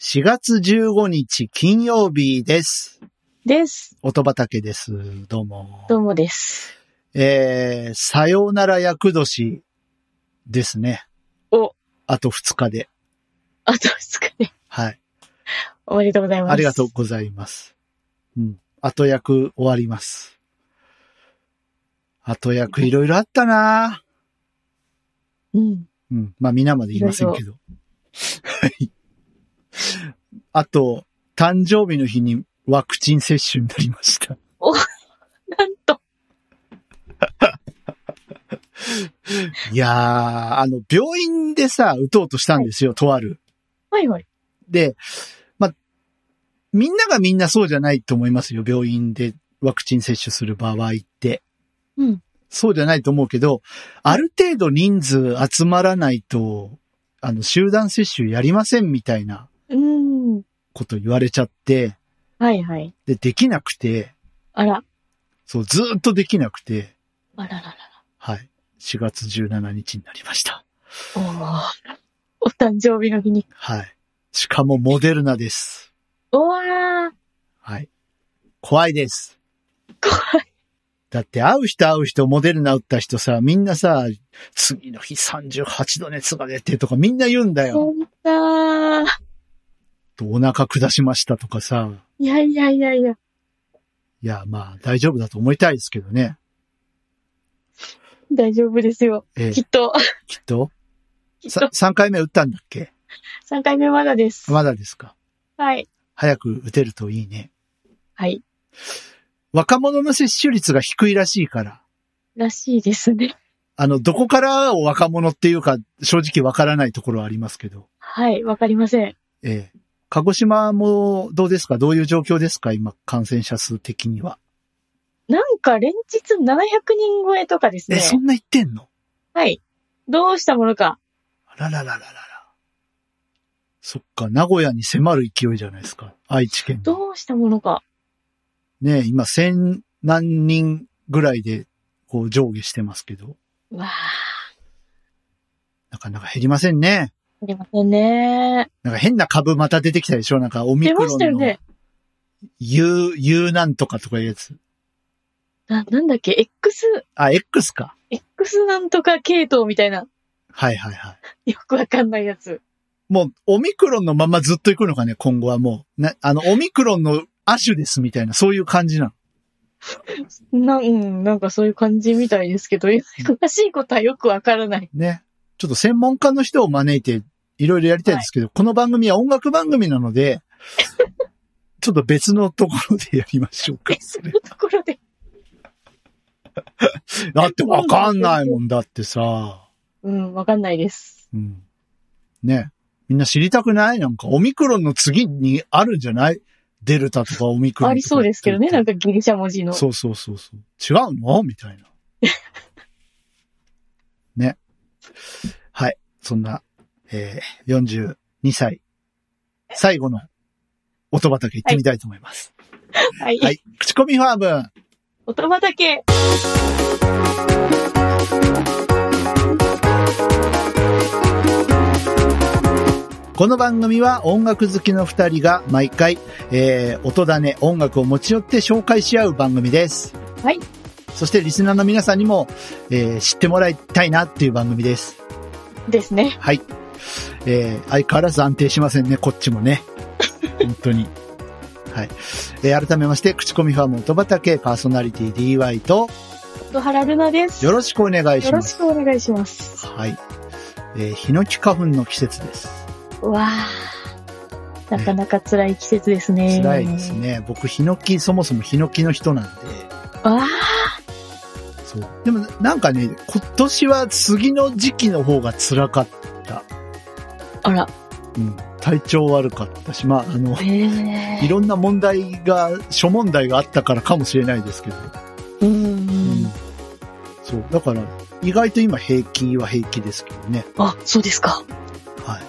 4月15日金曜日です。です。音畑です。どうも。どうもです。えー、さようなら厄年ですね。お、あと2日で。あと2日で。はい。おめでとうございます。ありがとう。ございます。うん。後役終わります。後役いろいろあったなうん。うん。まあ、皆まで言いませんけど。はい。あと、誕生日の日にワクチン接種になりました。なんと。いやー、あの、病院でさ、打とうとしたんですよ、とある。はいはい。で、まあ、みんながみんなそうじゃないと思いますよ、病院でワクチン接種する場合って。うん。そうじゃないと思うけど、ある程度人数集まらないと、あの、集団接種やりませんみたいなうーん。こと言われちゃって、はいはい。で、できなくて、あら。そう、ずーっとできなくて、あらららはい。4月17日になりました。ら。おーお誕生日の日に。はい。しかもモデルナです。おわー。はい。怖いです。怖い。だって会う人会う人、モデルナ打った人さ、みんなさ、次の日38度熱が出てとかみんな言うんだよ。そんなー。とお腹下しましたとかさ。いやいやいやいや。いや、まあ大丈夫だと思いたいですけどね。大丈夫ですよ。ええきっと、きっと。きっさと、 3回目打ったんだっけ3回目まだです。まだですか。はい。早く打てるといいね。はい。若者の接種率が低いらしいから。らしいですね。あの、どこからを若者っていうか、正直わからないところはありますけど。はい。わかりません。ええ。鹿児島もどうですかどういう状況ですか今、感染者数的には。なんか連日700人超えとかですえ、ね。そんな言ってんのはい。どうしたものか。あらららららら。そっか、名古屋に迫る勢いじゃないですか。愛知県。どうしたものか。ねえ今、千何人ぐらいで、こう、上下してますけど、うわー。なかなか減りませんね。ありませんね。なんか変な株また出てきたでしょなんか、オミ出クまロしンたよの、ね。 U、U なんとかとかいうやつ。な、なんだっけ ?X、あ、X か。 X なんとか系統みたいな。はいはいはい。よくわかんないやつ。もう、オミクロンのままずっと行くのかね、今後はもう。な、あの、オミクロンの亜種ですみたいな、そういう感じなの。な、うん、なんかそういう感じみたいですけど、詳しいことはよくわからない。ね。ちょっと専門家の人を招いて、いろいろやりたいですけど、この番組は音楽番組なの で、ちょっと別のところでやりましょうか。その ところで。だってわかんないもんだってさ。うん、わかんないです。うん。ね。みんな知りたくないなんか、オミクロンの次にあるんじゃないデルタとかオミクロンとか。ありそうですけどね、なんか。かギリシャ文字の。そうそうそうそう。違うのみたいな。 ね。はい。そんな、えー、42歳、最後の音畑行ってみたいと思います。はい。はい。口コミファーム。音畑。この番組は音楽好きの二人が毎回、えー、音種、音楽を持ち寄って紹介し合う番組です。はい。そしてリスナーの皆さんにも、えー、知ってもらいたいなっていう番組です。ですね。はい。えー、相変わらず安定しませんね、こっちもね。 本当に。はい。えー、改めまして、口コミファーム音畑パーソナリティ DY と、音原ルナです。よよろしくお願いしまろす。しくお願いします。はい。えー、ヒノキ花粉の季節です。うわー。なかなか辛い季節ですね。辛いです。ね。僕、ヒノキ、そもそもヒノキの人なんで。わそう。でも、なんかね、今年は次の時期の方が辛かった。ー。あら。うん。体調悪かったし、まあ、あの、ええいろんな問題が、諸問題があったからかもしれないですけど。うんうん。そう。だから、意外と今平気は平気ですけどね。あ、そうですか。はい。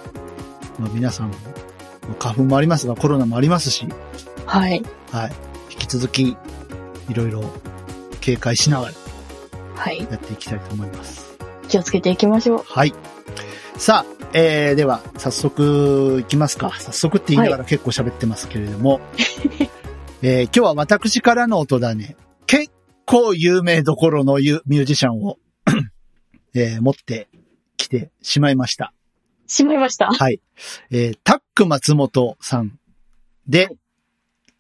まあ皆さんも、まあ花粉もありますが、コロナもありますし、はい。はい。引き続き、いろいろ警戒しながらはい。やっていきたいと思います。気をつけていきましょう。はい。さあ、えー、では、早速いきますか。早速って言いながら結構喋ってますけれども。 えー今日は私からの音だね。結構有名どころのゆミュージシャンを、 えー持ってきてしまいました。しまいました。はい。えータック松本さんで、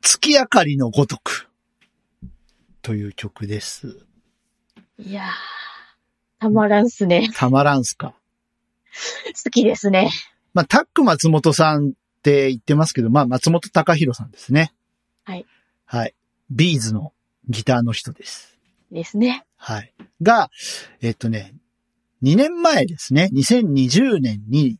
月明かりのごとくという曲です。いやー、たまらんっすね。 たまらんすか。好きですね。まあ、タック松本さんって言ってますけど、まあ、松本隆弘さんですね。はい。はい。ビーズのギターの人です。ですね。はい。が、えっとね、2年前ですね、2020年に、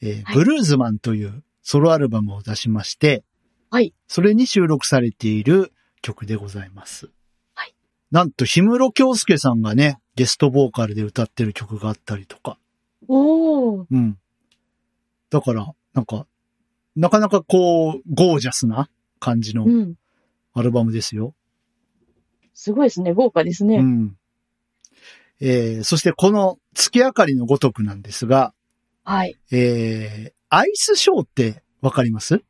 えーはいブルーズマンというソロアルバムを出しまして、はい。それに収録されている曲でございます。はい。なんと、氷室京介さんがね、ゲストボーカルで歌ってる曲があったりとか、おー、うん。だから、なんか、なかなかこう、ゴージャスな感じのうん。アルバムですよ。すごいですね。豪華ですうね。ん。えー、そしてこの月明かりのごとくなんですが、はい。えー、アイスショーってわかります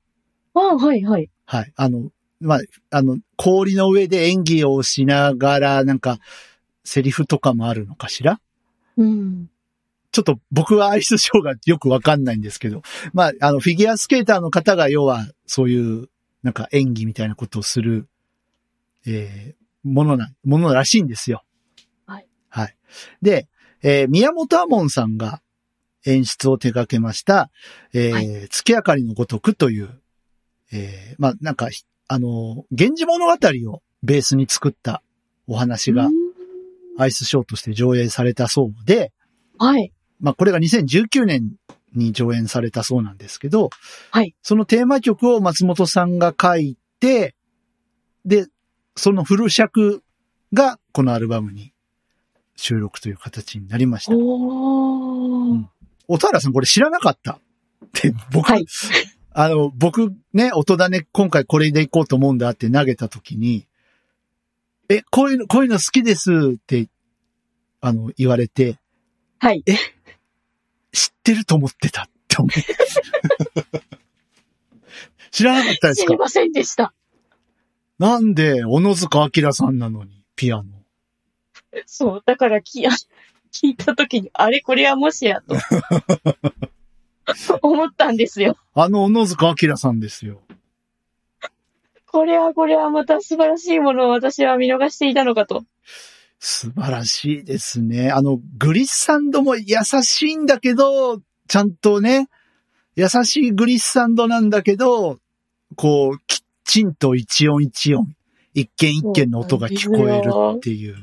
あーはい、はい。はい。あの、まあ、あの、氷の上で演技をしながら、なんか、セリフとかもあるのかしらうん。ちょっと僕はアイスショーがよくわかんないんですけど、まあ、あの、フィギュアスケーターの方が要は、そういう、なんか演技みたいなことをする、えー、ものな、ものらしいんですよ。はい。はい。で、えー宮本亞門さんが演出を手掛けました、えーは月明かりのごとくという、えー、まあ、なんか、ひあの、源氏物語をベースに作ったお話がうん、アイスショーとして上映されたそうで、はい。まあ、これが2019年に上演されたそうなんですけど、はい。そのテーマ曲を松本さんが書いて、で、そのフル尺がこのアルバムに収録という形になりました。おうーん。音原さんこれ知らなかったって僕、はい あの、僕ね、音だね、今回これでいこうと思うんだって投げた時に、え、こういうの、こういうの好きですって、あの、言われて、はい。知ってると思ってたって思う。 知らなかったです知かりませんでした。なんで、小野塚明さんなのに、ピアノ。そう。だから、き、あ 聞いたときに、あれこれはもしや、 と。思ったんですよ。あの小野塚明さんですよ。これはこれはまた素晴らしいものを私は見逃していたのかと。素晴らしいですね。あの、グリッサンドも優しいんだけど、ちゃんとね、優しいグリッサンドなんだけど、こう、きっちんと一音一音、一件一件の音が聞こえるっていう。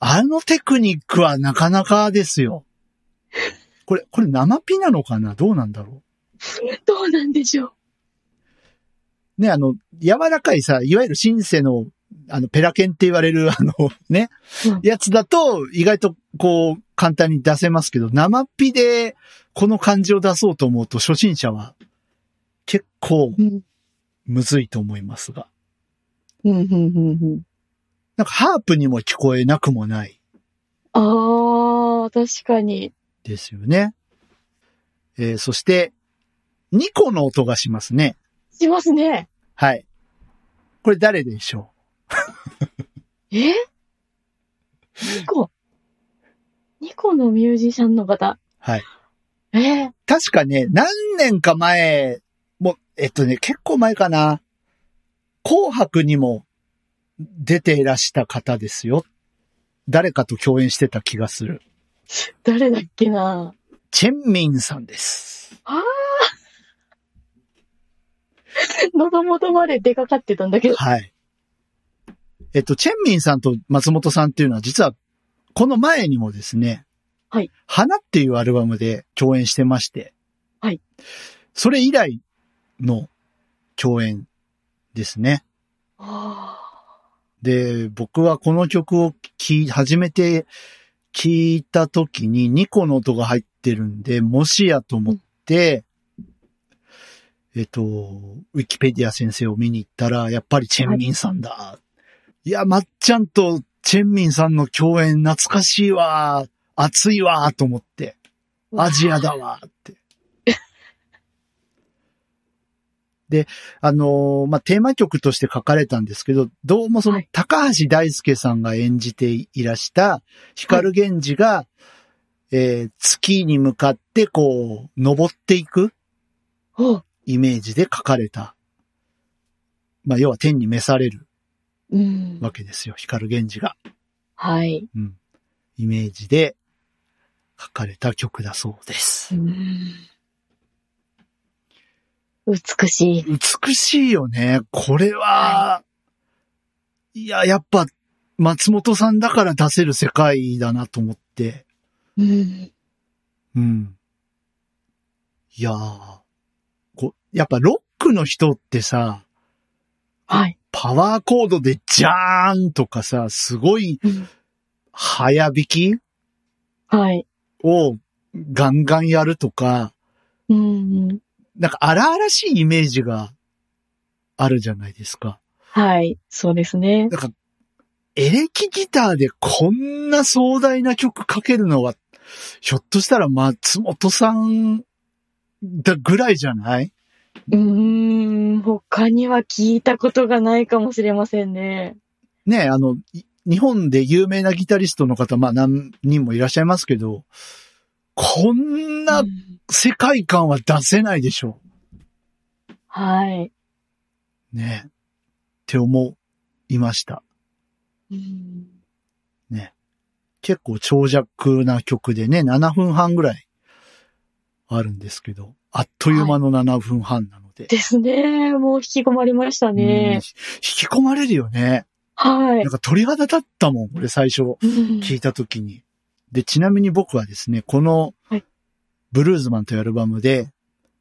あのテクニックはなかなかですよ。これ、これ生ピなのかなどうなんだろ どうなんでしょう。うね、あの、柔らかいさ、いわゆるシンセの、あの、ペラケンって言われる、あ の、ねうん、やつだと、意外と、こう、簡単に出せますけど、生ピで、この感じを出そうと思うと、初心者は、結構、うん。むずいと思いますが。うん、うん、うん、うん。なんか、ハープにも聞こえなくもない。ああ、確かに。ですよね。えーそして、2個の音がしますね。しますね。はい。これ誰でしょえニコ。ニコのミュージシャンのう方。はい。えー、確かね、何年か前、もう、えっとね、結構前かな。紅白にも出ていらした方ですよ。誰かと共演してた気がする。誰だっけなチェンミンさんです。喉元まで出かかってたんだけど。はい。えっと、チェンミンさんと松本さんっていうのは実は、この前にもですね、はい。花っていうアルバムで共演してまして、はい。それ以来の共演ですね。あで、僕はこの曲を聴き、初めて聴いた時に2個の音が入ってるんで、もしやと思って、えっと、ウィキペディア先生を見に行ったら、やっぱりチェンミンさんだ。い、や、まっちゃんとチェンミンさんの共演懐かしいわ。熱いわ、と思って。ーアジアだわって。 で、あのーまあ、テーマ曲として書かれたんですけど、どうもそのはい高橋大輔さんが演じていらした光源氏が、えー月に向かってこう、登っていくおイメージで書かれた。まあ、要は天に召されるうん。わけですよ、光源氏が。はい。うん。イメージで書かれた曲だそうです。うん美しい。美しいよね。これは、い、や、やっぱ、松本さんだから出せる世界だなと思って。うん。うん。いやーこやっぱロックの人ってさ、はい。パワーコードでジャーンとかさ、すごいうん早弾きはい。をガンガンやるとか、うん。なんか荒々しいイメージがあるじゃないですか。はい。そうですね。なんか、エレキギターでこんな壮大な曲かけるのは、ひょっとしたら松本さんだぐらいじゃないうん。他には聞いたことがないかもしれませんね。ねえあの、い日本で有名なギタリストの方、まあ何人もいらっしゃいますけど、こんなうん世界観は出せないでしょはい。う。ねえって思いました。うん結構長尺な曲でね、7分半ぐらいあるんですけど、あっという間の7分半なので。ですね。もう引き込まれましたうんね引。き込まれるよね。はいなん。か鳥肌立ったもん、俺最初うん聞いた時に。で、ちなみに僕はですね、このはい、ブルーズマンというアルバムで、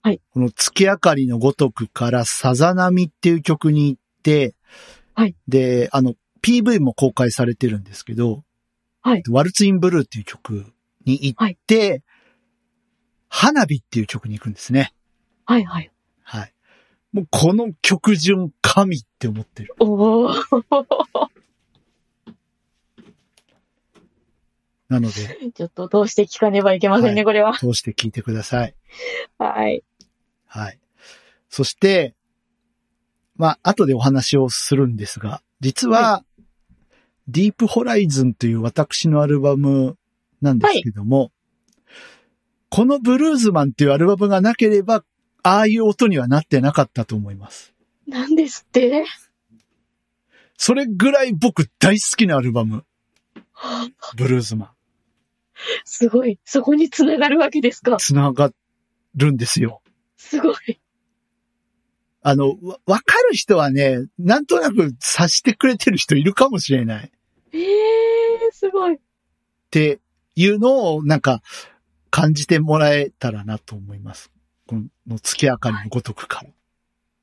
はいこの月明かりのごとくからさざ波っていう曲に行って、はいで、あの、PV も公開されてるんですけど、はいワルツインブルーっていう曲に行って、花火っていう曲に行くんですね。はいはい。はい。もうこの曲順神って思ってる。おー。なので、 ちょっとどうして聞かねばいけませんはね、これは。通して聞いてください。はい。はい。そして、まあ、後でお話をするんですが、実は、ディープホライズンという私のアルバムなんですけども、このブルーズマンというアルバムがなければ、ああいう音にはなってなかったと思います。なんですってそれぐらい僕大好きなアルバム、ブルーズマン。すごい。そこに繋がるわけですか。つながるんですよ。すごい。あの、わわかる人はね、なんとなく察してくれてる人いるかもしれない。えー、すごい。っていうのをなんか感じてもらえたらなと思います。この月明かりのごとくから。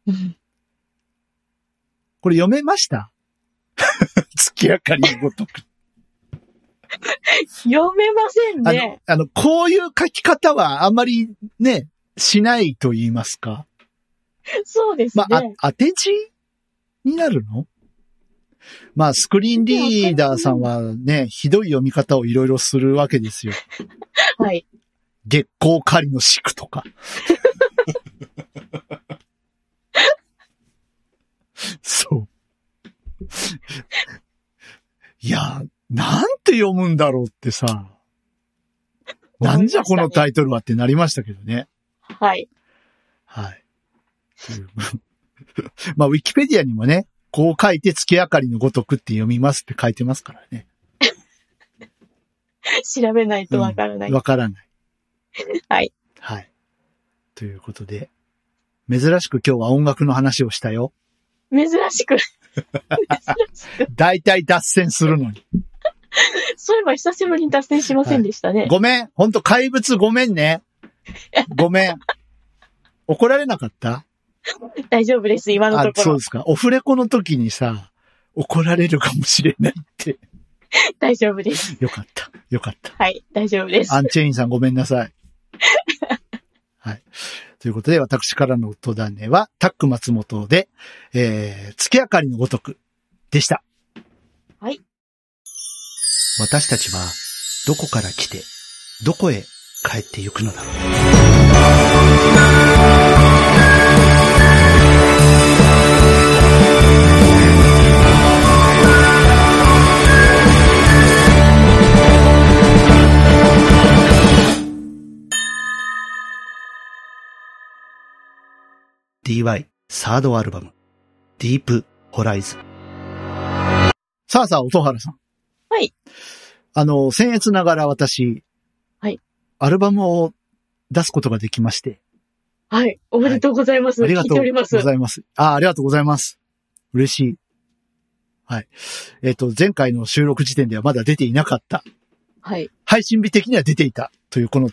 うんこれ読めました 月明かりのごとく。読めませんあねの。、あの、こういう書き方はあんまりね、しないと言いますか。そうですねま。あ、あ当て字になるのまあ、スクリーンリーダーさんはね、ひどい読み方をいろいろするわけですよ。はい。月光狩りの四苦とか。そう。いや、なんて読むんだろうってさ、なんじゃこのタイトルはってなりましたけどね。はい。はい。 というまあ、ウィキペディアにもね、こう書いて月明かりのごとくって読みますって書いてますからね。調べないとわからない。わからない。はい。はい。ということで、珍しく今日は音楽の話をした よ。珍しく。珍しく。大体脱線するのに。そういえば久しぶりに脱線しませんでしたね。ごめん。ほんと怪物ごめんね。ごめん。怒られなかった大丈夫です、今のあと、こそうろで。すか。オフレコの時にさ、怒られるかもしれないって。大丈夫です。よかった。よかった。はい、大丈夫です。アンチェインさんごめんなさい。 はい。ということで、私からの音種は、タック松本で、えー、月明かりのごとくでした。はい。私たちは、どこから来て、どこへ帰ってゆくのだろう。DY サードアルバムディープホライズン。さあさあ、音原さん。はい。あの、僭越ながら私、はい。アルバムを出すことができまして、はい。おめでとうございます。ありが聞いとてうおりますご。ざいます。あ、ありがとうございます。嬉しい。はい。えっ、と、前回の収録時点ではまだ出ていなかった。はい。配信日的には出ていた。という、この、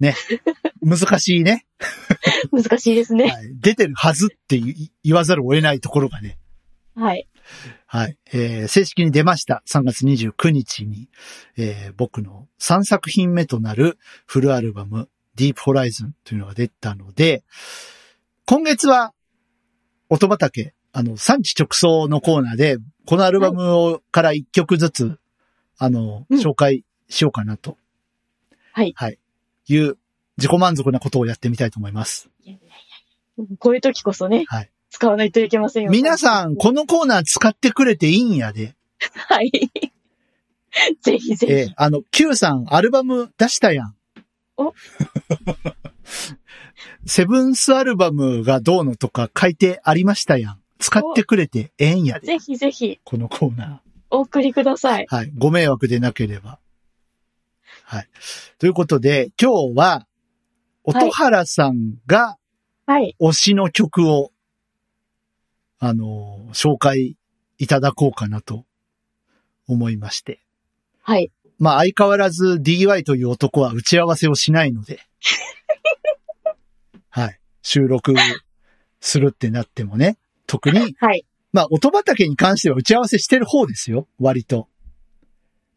ね。 難しいね。難しいですね。はい、出てるはずって言い言わざるを得ないところがね。はい。はい。えー正式に出ました。3月29日に、えー僕の3作品目となるフルアルバム、ディープホライズンというのが出たので、今月は、音畑、あの、産地直送のコーナーで、このアルバムを、から1曲ずつ、あの、うん紹介しようかなと。はいはい。いう、自己満足なことをやってみたいと思います。こういう時こそね、はい使わないといけませんよ。皆さん、このコーナー使ってくれていいんやで。はい。 ぜひぜひ。えーあの、Q さん、アルバム出したやん。お セブンスアルバムがどうのとか書いてありましたやん。使ってくれてええんやで。ぜひぜひ、このコーナお送りください。ー。はい。ご迷惑でなければ。はい。ということで、今日は、はい音原さんがはい。推しの曲を、あのー紹介いただこうかなと思いまして。はい。まあ相変わらず DY という男は打ち合わせをしない ので。はい。収録するってなってもね。特に、はい。まあ音畑に関しては打ち合わせしてる方ですよ。割と。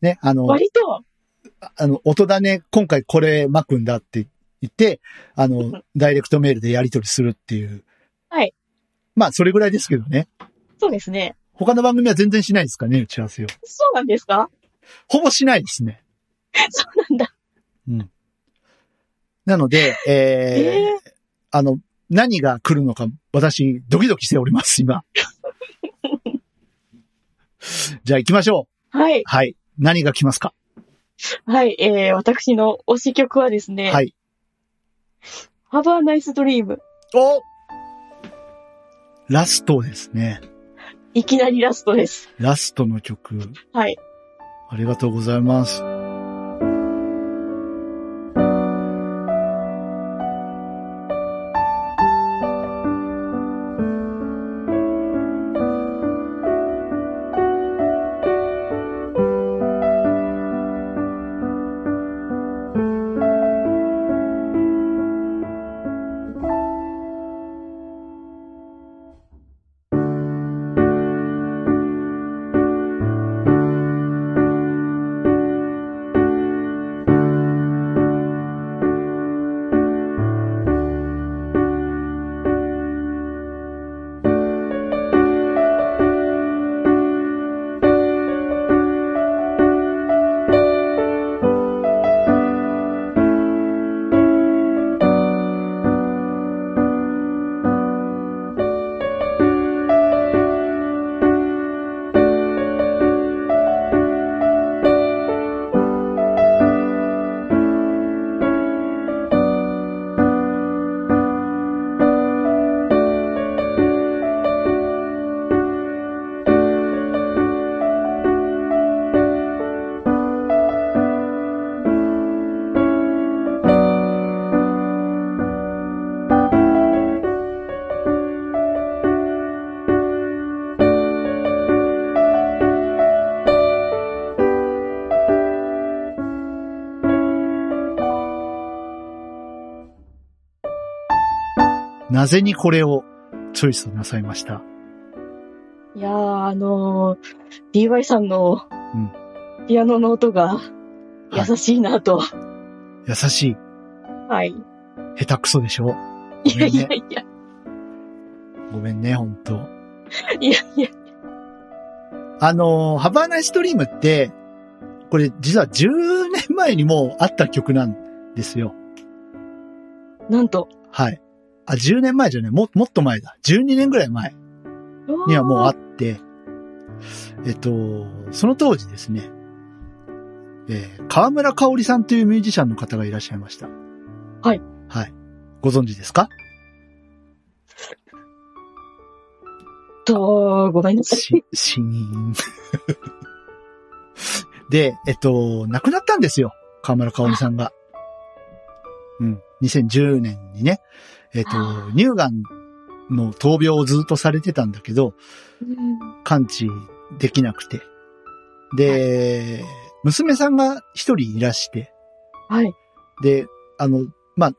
ね、あの、割と、あの、音だね、今回これ巻くんだって言って、あ の、ダイレクトメールでやり取りするっていう。はい。まあそれぐらいですけどね。そうですね。他の番組は全然しないですかね、打ち合わせを。そうなんですかほぼしないですね。 そうなんだ。なので、えええーあの、何が来るのか、私、ドキドキしております、 今。じゃあ行きましょう。はい。はい。何が来ますかはい。えー、私の推し曲はですね、はい。 Have a Nice Dream。おラストですね。いきなりラストです。ラストの曲。はい。ありがとうございます。なぜにこれをチョイスなさいましたいやー、あのー、DY さんのうん、ピアノの音が優しいなと。は優しい。い。下手くそでしょいやいやいや、ごめんね、本当いやいや、あのー、ハバーナイストリームって、これ実は10年前にもうあった曲なんですよ。なんと。はい。あ、10年前じゃねも、もっと前だ。12年ぐらい前にはもうああって、えっと、その当時ですね、えー河村香織さんというミュージシャンの方がいらっしゃいました。はい。はい。ご存知ですかと、ごめんなさい。し、しーん。 で、えっと、亡くなったんですよ。河村香織さんが。うん。2010年にね。えっとあ、乳がんの闘病をずっとされてたんだけど、うん完治できなくて。で、娘さんが一人いらして、はい。で、あの、まあ、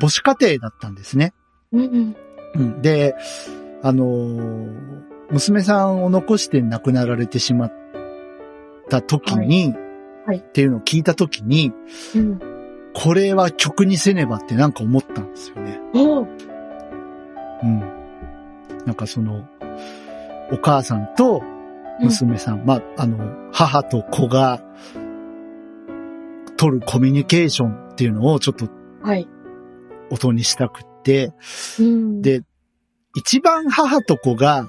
母子家庭だったんですね。うんうん。うん、で、あのー娘さんを残して亡くなられてしまった時に、はいはいっていうのを聞いた時に、うん。これは曲にせねばってなんか思ったんですよね。おううん。なんかその、お母さんと娘さん、まあ、あの、母と子が取るコミュニケーションっていうのをちょっとはい。音にしたくって、うん。で一番母と子が、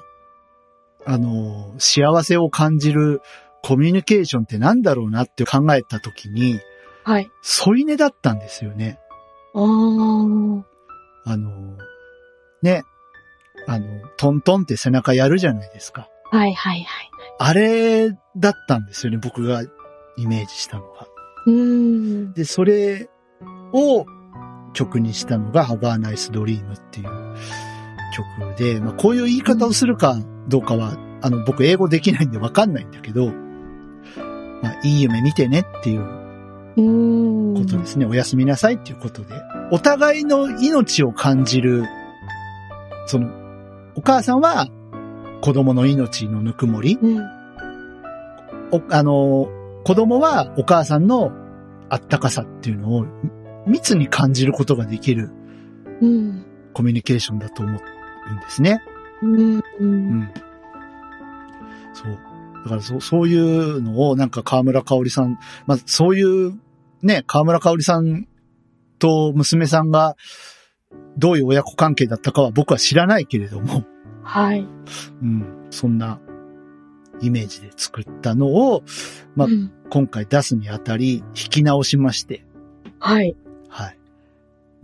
あの、幸せを感じるコミュニケーションってなんだろうなって考えた時に、はい。添い寝だったんですよね。ああ。あの、ね、あの、トントンって背中やるじゃないですか。はいはいはい。あれだったんですよね、僕がイメージしたのが。うん。で、それを曲にしたのが Have a Nice Dream っていう曲で、まあこういう言い方をするかどうかは、あの僕英語できないんでわかんないんだけど、まあいい夢見てねっていううん。ことですね。おやすみなさいっていうことで、お互いの命を感じる、その、お母さんは子供の命のぬくもり、うん。お、あの、子供はお母さんのあったかさっていうのを密に感じることができるうん。コミュニケーションだと思うんですね。うん。う。うんん。そう。だからそ、そういうのをなんか河村香織さん、まあそういうね、河村香織さんと娘さんがどういう親子関係だったかは僕は知らないけれども、はい。うん、そんなイメージで作ったのを、まあうん今回出すにあたり、引き直しまして、はい。はい。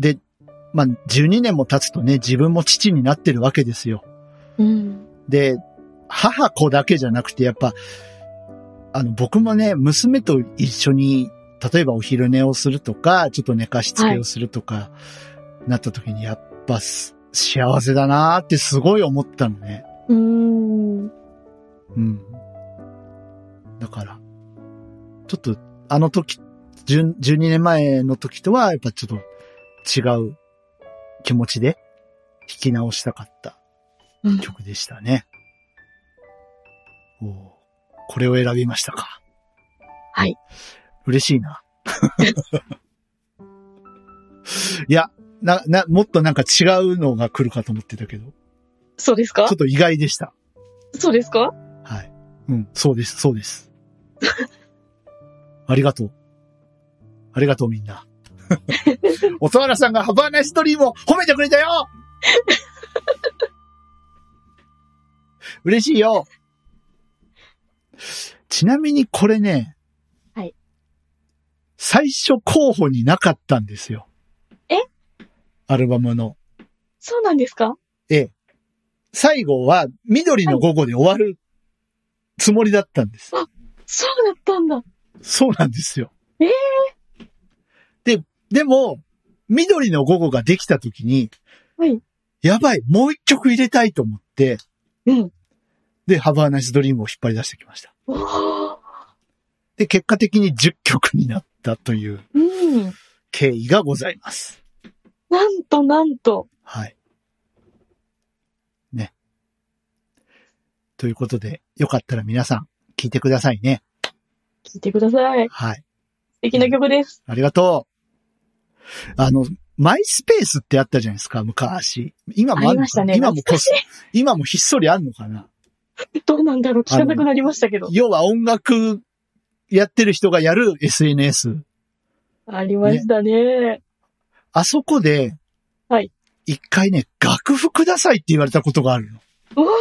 で、まあ、12年も経つとね、自分も父になってるわけですよ。うん。で、母子だけじゃなくて、やっぱ、あの、僕もね、娘と一緒に、例えばお昼寝をするとか、ちょっと寝かしつけをするとか、なった時に、やっぱす、幸せだなーってすごい思ったのね。うん。うん。だから、ちょっと、あの時、10 12年前の時とは、やっぱちょっと違う気持ちで弾き直したかったうん曲でしたね。おーこれを選びましたか。はい。嬉しいな。 いや、な、な、もっとなんか違うのが来るかと思ってたけど、ちそうですょかっと意外でした。そうですかはい。うん、そうです、そうです。 ありがとう。ありがとうみんな。 おそわらさんがハバーナイストリームを褒めてくれたよ 嬉しいよちなみにこれね。はい。最初候補になかったんですよ。えアルバムの。そうなんですか最後は緑の午後で終わるつもりだったんです。そうだったんだ。そうなんですよ。ええで、でも、緑の午後ができた時に、はいやばい、もう一曲入れたいと思って、うん。で、ハバーナイスドリームを引っ張り出してきました。おーで、結果的に10曲になったといううん。経緯がございます。なんとなんと。はい。ね。ということで、よかったら皆さん、聞いてくださいね。聞いてください。素はい。敵な曲です。ありがとう。あの、マイスペースってあったじゃないですか、昔。今もああるりのましかたなね。今もこ懐っかしい今もひっそりあんのかな どうなんだろう聞かなくなりましたけど。要は音楽やってる人がやる SNS ありましたね。あそこで、はい。一回ね、楽譜くださいって言われたことがあるの。うわ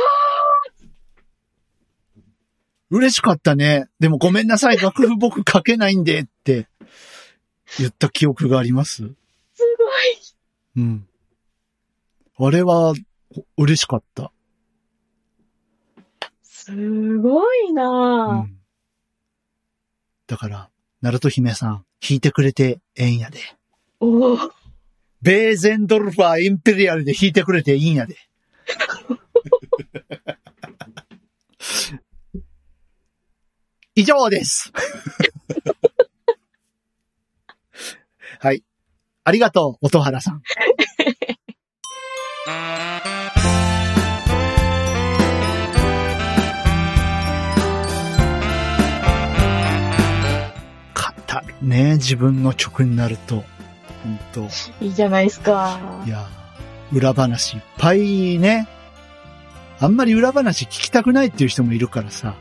嬉しかったね。でもごめんなさ い、楽譜僕書けないんでって言った記憶があります。すうん。あれは、お嬉しかった。ごい。すごいうなぁ。ん。だから、ナルト姫さん、弾いてくれてええんやで。おお。ベーゼンドルファーインペリアルで弾いてくれていいんやで。 以上です。 はい。ありがとう、音原さん。 語るね、自分の曲になると。本当。いいじゃないですか。いやー、裏話いっぱいね。あんまり裏話聞きたくないっていう人もいるからさ。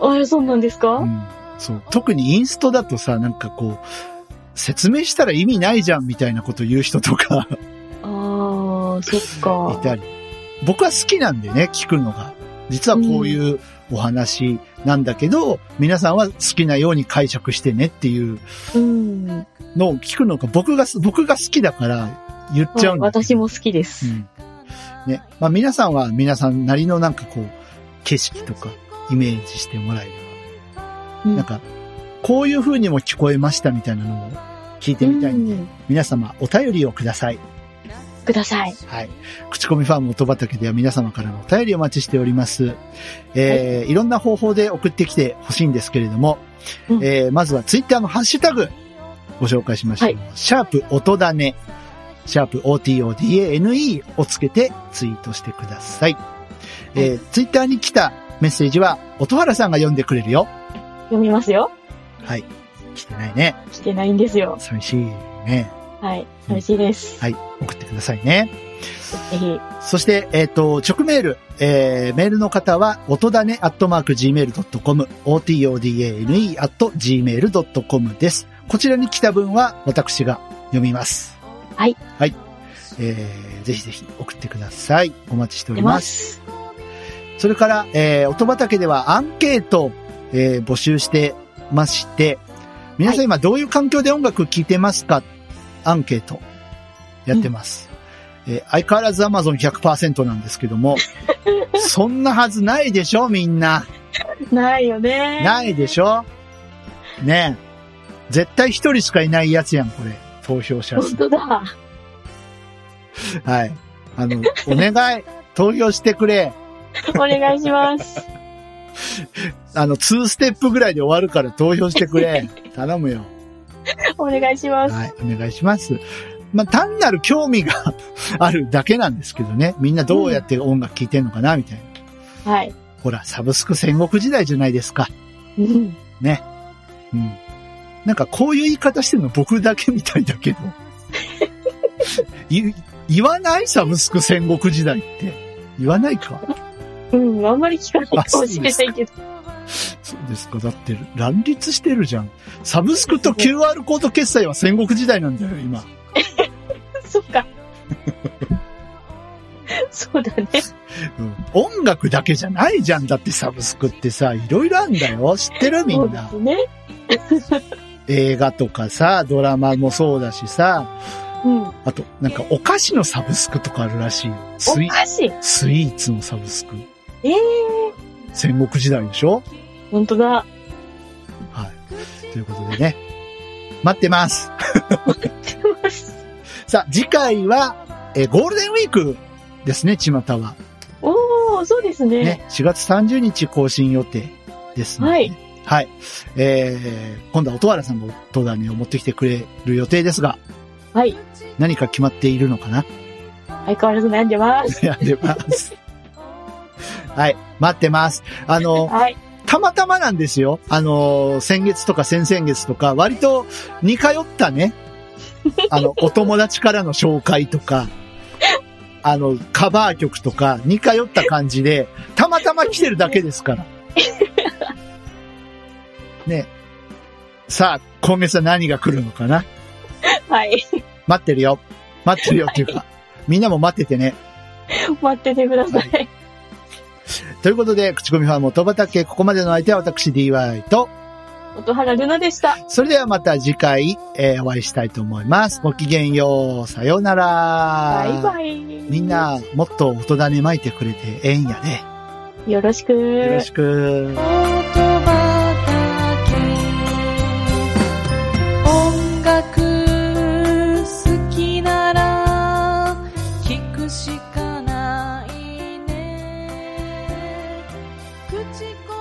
あ、そうなんですか、うん。そう。特にインストだとさ、なんかこう、説明したら意味ないじゃんみたいなこと言う人とかああ、そっいか。たり。僕は好きなんでね、聞くのが。実はこういうお話なんだけど、皆さんは好きなように解釈してねっていううん。のを聞くのが僕が、僕が好きだから言っちゃうんだけど私も好きでうす。ん。ね。まあ皆さんは皆さんなりのなんかこう、景色とかイメージしてもらえれうば、んなんか、こういう風にも聞こえましたみたいなのを聞いてみたいんで、うん皆様お便りをください。ください。はい。口コミファーム音畑では皆様からのお便りをお待ちしております。えーい、ろんな方法で送ってきてほしいんですけれども、うんえーまずはツイッターのハッシュタグ、ご紹介しましょう。はいシャープ音だね、シャープ OTODANE をつけてツイートしてください。えーツイッターに来たメッセージは、音原さんが読んでくれるよ。読みますよ。はい。来てないね。来てないんですよ。寂しいね。はい。寂しいです。はい。送ってくださいね。ぜひ。そして、えっ、と、直メール、えー、メールの方は、音だね、アットマーク、gmail.com、otodane、アット、gmail.com です。こちらに来た分は、私が読みます。はい。はい。えー、ぜひぜひ送ってください。お待ちしており出ま。ますす。それから、えー、音畑ではアンケートを、えー募集してまして、皆さんは今どういう環境で音楽聴いてますかアンケートやってます。えー相変わらず Amazon100% なんですけども、そんなはずないでしょみんな。ないよね。ないでしょ。ょねえ。絶対一人しかいないやつやん、これ。投票者数本。当だ。はい。あの、お願い。投票してくれ。お願い します。あの、2ステップぐらいで終わるから投票してくれ。頼むよ。お願いします。はい、お願いします。まあ、単なる興味が あるだけなんですけどね。みんなどうやって音楽聴いてんのかな、みたいな。はい。ほら、サブスク戦国時代じゃないですか。ううん。ん。なんかこういう言い方してるの僕だけみたいだけど。 い言わないサブスク戦国時代って。言わないかうん。あんまり聞かないかもしれないけど。そうですか。だって乱立してるじゃん。サブスクと QR コード決済は戦国時代なんだよ、今。そっか。そうだね。うん音楽だけじゃないじゃん。だってサブスクってさ、いろいろあんだよ。知ってるみそうんでなす。ね。映画とかさ、ドラマもそうだしさ、うん。あと、なんかお菓子のサブスクとかあるらしいよ。おスイかしい。スイーツのサブスク。ええ戦国時代でしょ本当だ。はい。ということでね。待ってます。知ってます。さあ、次回は、えーゴールデンウィークですね、巷は。おー、そうですね。ね、4月30日更新予定ですので。はい。はい。えー、今度は音原さんが音種を持ってきてくれる予定ですが、はい。何か決まっているのかな 相変わらず悩んでます。やって ます。はい。待ってます。あの、はい。たまたまなんですよ。あの、先月とか先々月とか、割と似通ったね、あの、お友達からの紹介とか、あの、カバー曲とか、似通った感じで、たまたま来てるだけですから。ね。さあ、今月は何が来るのかなはい。待ってるよ。待ってるよっていうか、みんなも待っててね。待っててください。ということで、口コミファン元畑、ここまでの相手は私 DY と、音原ルナでした。それではまた次回、えーお会いしたいと思います。ごきげんよう。さようなら。バイバイ。みみん。な、もっと音種まいてくれてええんやね。よろしく。よろしく。音楽好きなら聞くしかないね口コ